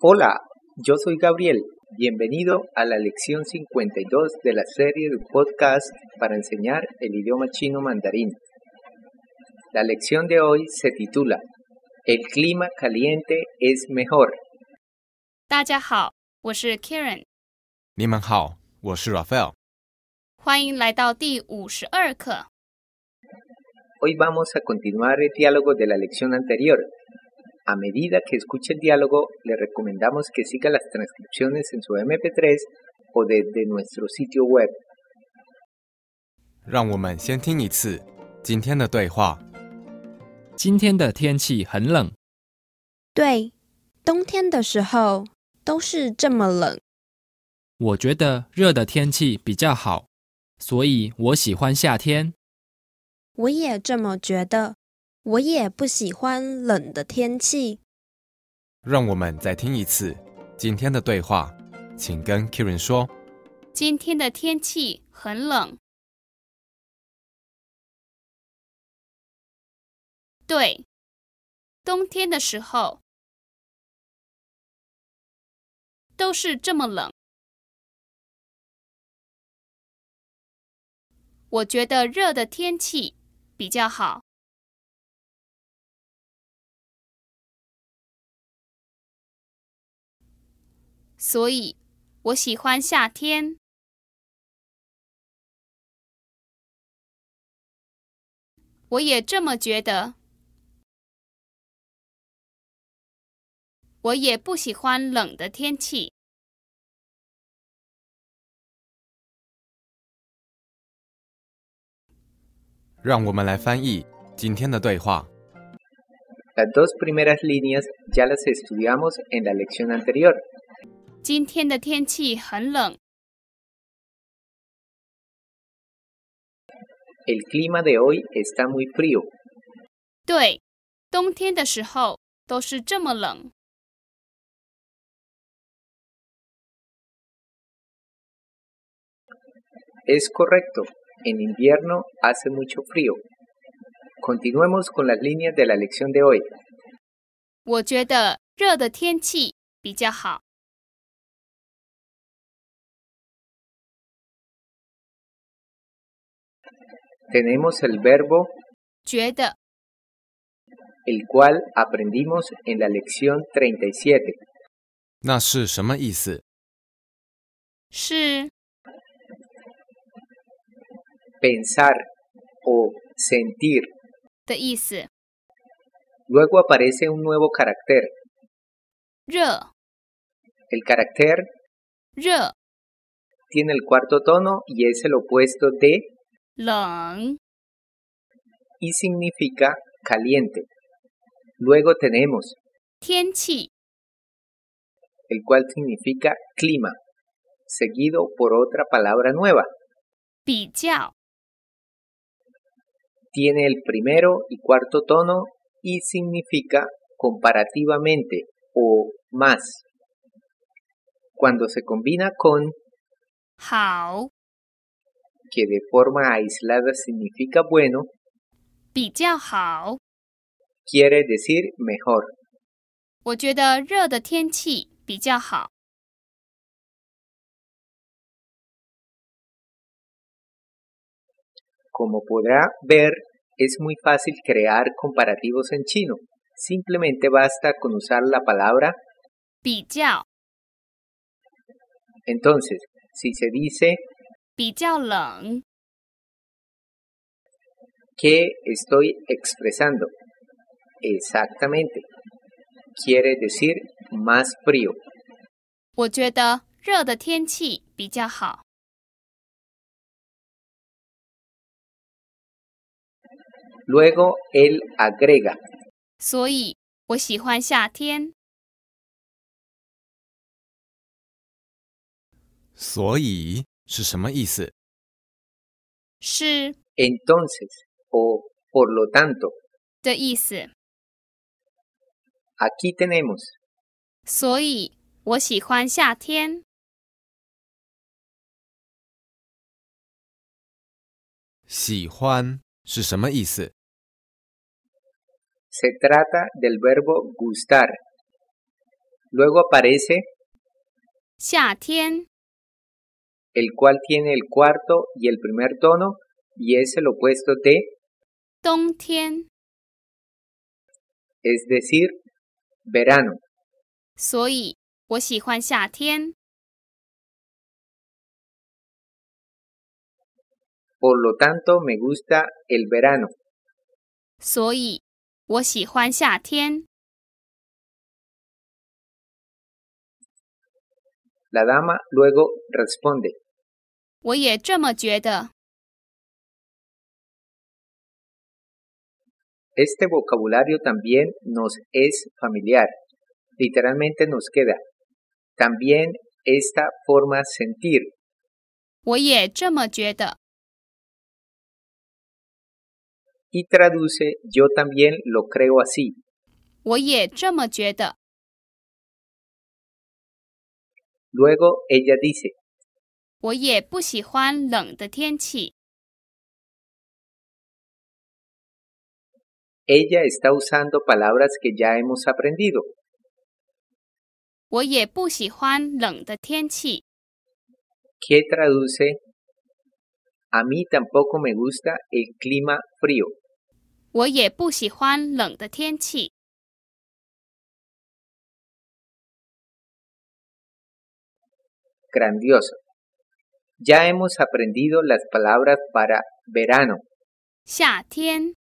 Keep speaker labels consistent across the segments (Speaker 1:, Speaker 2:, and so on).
Speaker 1: Hola, yo soy Gabriel. Bienvenido a la lección 52 de la serie de podcast para enseñar el idioma chino mandarín. La lección de hoy se titula El clima caliente es mejor.
Speaker 2: 大家好，我是 Karen，
Speaker 3: 你们好，我是 Raphael。
Speaker 2: 欢迎来到第五十二课。
Speaker 1: Hoy vamos a continuar el diálogo de la lección anterior. A medida que escuche el diálogo, le recomendamos que siga las transcripciones en su MP3 o desde nuestro sitio web.
Speaker 3: 让我们先听一次今天的对话。
Speaker 4: 今天的天气很冷，
Speaker 5: 对，冬天的时候都是这么冷。
Speaker 4: 我觉得热的天气比较好，所以我喜欢夏天。
Speaker 5: 我也这么觉得，我也不喜欢冷的天气。
Speaker 3: 让我们再听一次今天的对话，请跟 Kieran 说。
Speaker 2: 今天的天气很冷。对，冬天的时候都是这么冷。我觉得热的天气比较好。所以我喜欢夏天。我也这么觉得。我也不喜欢冷的天气。
Speaker 3: 让我们来翻译今天的对话。
Speaker 1: Las dos primeras líneas ya las estudiamos en la lección anterior.
Speaker 2: 今天的天气很冷，
Speaker 1: El clima de hoy está muy frío.
Speaker 2: 对，冬天的时候都是这么冷。
Speaker 1: Es correcto, en invierno hace mucho frío. Continuemos con las líneas de la lección de hoy.
Speaker 2: 我觉得热的天气比较好。
Speaker 1: Tenemos el verbo
Speaker 2: 觉得
Speaker 1: el cual aprendimos en la lección 37.
Speaker 3: 那是什么意思？
Speaker 2: 是
Speaker 1: Pensar o sentir.
Speaker 2: 的意思，
Speaker 1: Luego aparece un nuevo carácter.
Speaker 2: 热
Speaker 1: El carácter
Speaker 2: 热
Speaker 1: tiene el cuarto tono y es el opuesto de
Speaker 2: 冷
Speaker 1: y significa caliente. Luego tenemos
Speaker 2: 天气
Speaker 1: el cual significa clima, seguido por otra palabra nueva.
Speaker 2: 比较
Speaker 1: Tiene el primero y cuarto tono y significa comparativamente o más. Cuando se combina con,
Speaker 2: 好，
Speaker 1: que de forma aislada significa bueno,
Speaker 2: 比较好。
Speaker 1: quiere decir mejor.
Speaker 2: 我觉得热的天气比较好。
Speaker 1: Como podrá ver, es muy fácil crear comparativos en chino. Simplemente basta con usar la palabra.
Speaker 2: 比较
Speaker 1: Entonces, si se dice
Speaker 2: 比较冷，
Speaker 1: que estoy expresando, exactamente, quiere decir más frío.
Speaker 2: 我觉得热的天气比较好。
Speaker 1: Luego él agrega
Speaker 2: 所以我喜欢夏天。
Speaker 3: 所以是什么意思？
Speaker 2: 是
Speaker 1: entonces o por lo tanto.
Speaker 2: 的意思，
Speaker 1: Aquí tenemos
Speaker 2: 所以我喜欢夏天。
Speaker 3: 喜欢是什么意思？
Speaker 1: Se trata del verbo gustar, Luego aparece
Speaker 2: 夏天、
Speaker 1: el cual tiene el cuarto y el primer tono y es el opuesto de,
Speaker 2: 冬天，
Speaker 1: es decir, verano.
Speaker 2: 所以我喜欢夏天。
Speaker 1: Por lo tanto, me gusta el verano.
Speaker 2: 所以我喜欢夏天。
Speaker 1: La dama luego responde.
Speaker 2: 我也这么觉得。
Speaker 1: Este vocabulario también nos es familiar. Literalmente nos queda. También esta forma sentir.
Speaker 2: 我也这么觉得。
Speaker 1: y traduce yo también lo creo así.
Speaker 2: 我也这么觉得。
Speaker 1: Luego ella dice,
Speaker 2: 我也不喜欢冷的天气。
Speaker 1: ella está usando palabras que ya hemos aprendido.
Speaker 2: 我也不喜欢冷的天气。
Speaker 1: que traduce? A mí tampoco me gusta el clima frío.
Speaker 2: 我也不喜欢冷的天气。
Speaker 1: Grandioso. Ya hemos aprendido las palabras para verano
Speaker 2: 夏天、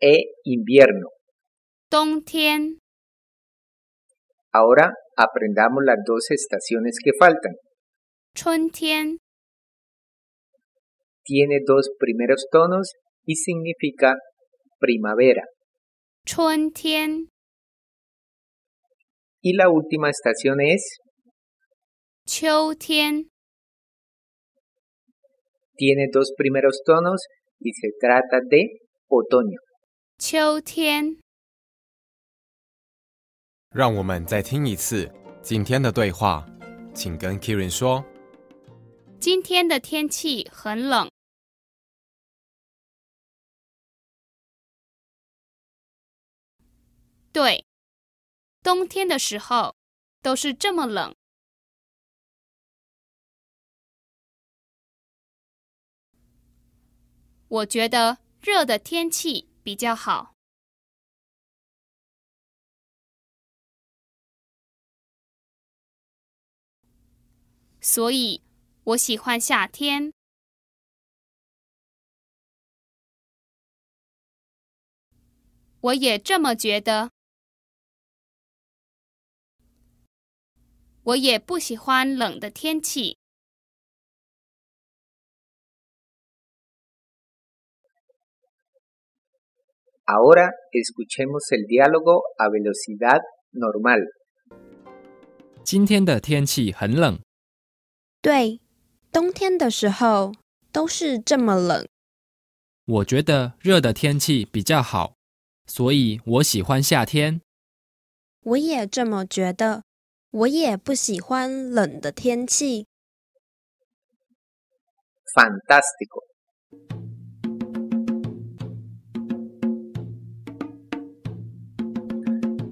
Speaker 1: e invierno.
Speaker 2: 冬天，
Speaker 1: Ahora aprendamos las dos estaciones que faltan.
Speaker 2: 春天。
Speaker 1: Tiene dos primeros tonos y significa primavera.
Speaker 2: 春天，
Speaker 1: Y la última estación es
Speaker 2: 秋天，
Speaker 1: tiene dos primeros tonos y se trata de otoño.
Speaker 2: 秋天。
Speaker 3: 让我们再听一次今天的对话，请跟 Kirin 说。
Speaker 2: 今天的天气很冷，对，冬天的时候都是这么冷。我觉得热的天气比较好。所以我喜欢夏天。我也这么觉得。我也不喜欢冷的天气。
Speaker 1: Ahora escuchemos el diálogo a velocidad normal.
Speaker 4: 今天的天气很冷，
Speaker 5: 对，冬天的时候都是这么冷。
Speaker 4: 我觉得热的天气比较好，所以我喜欢夏天。
Speaker 5: 我也这么觉得。我也不喜欢冷的天气。
Speaker 1: Fantástico.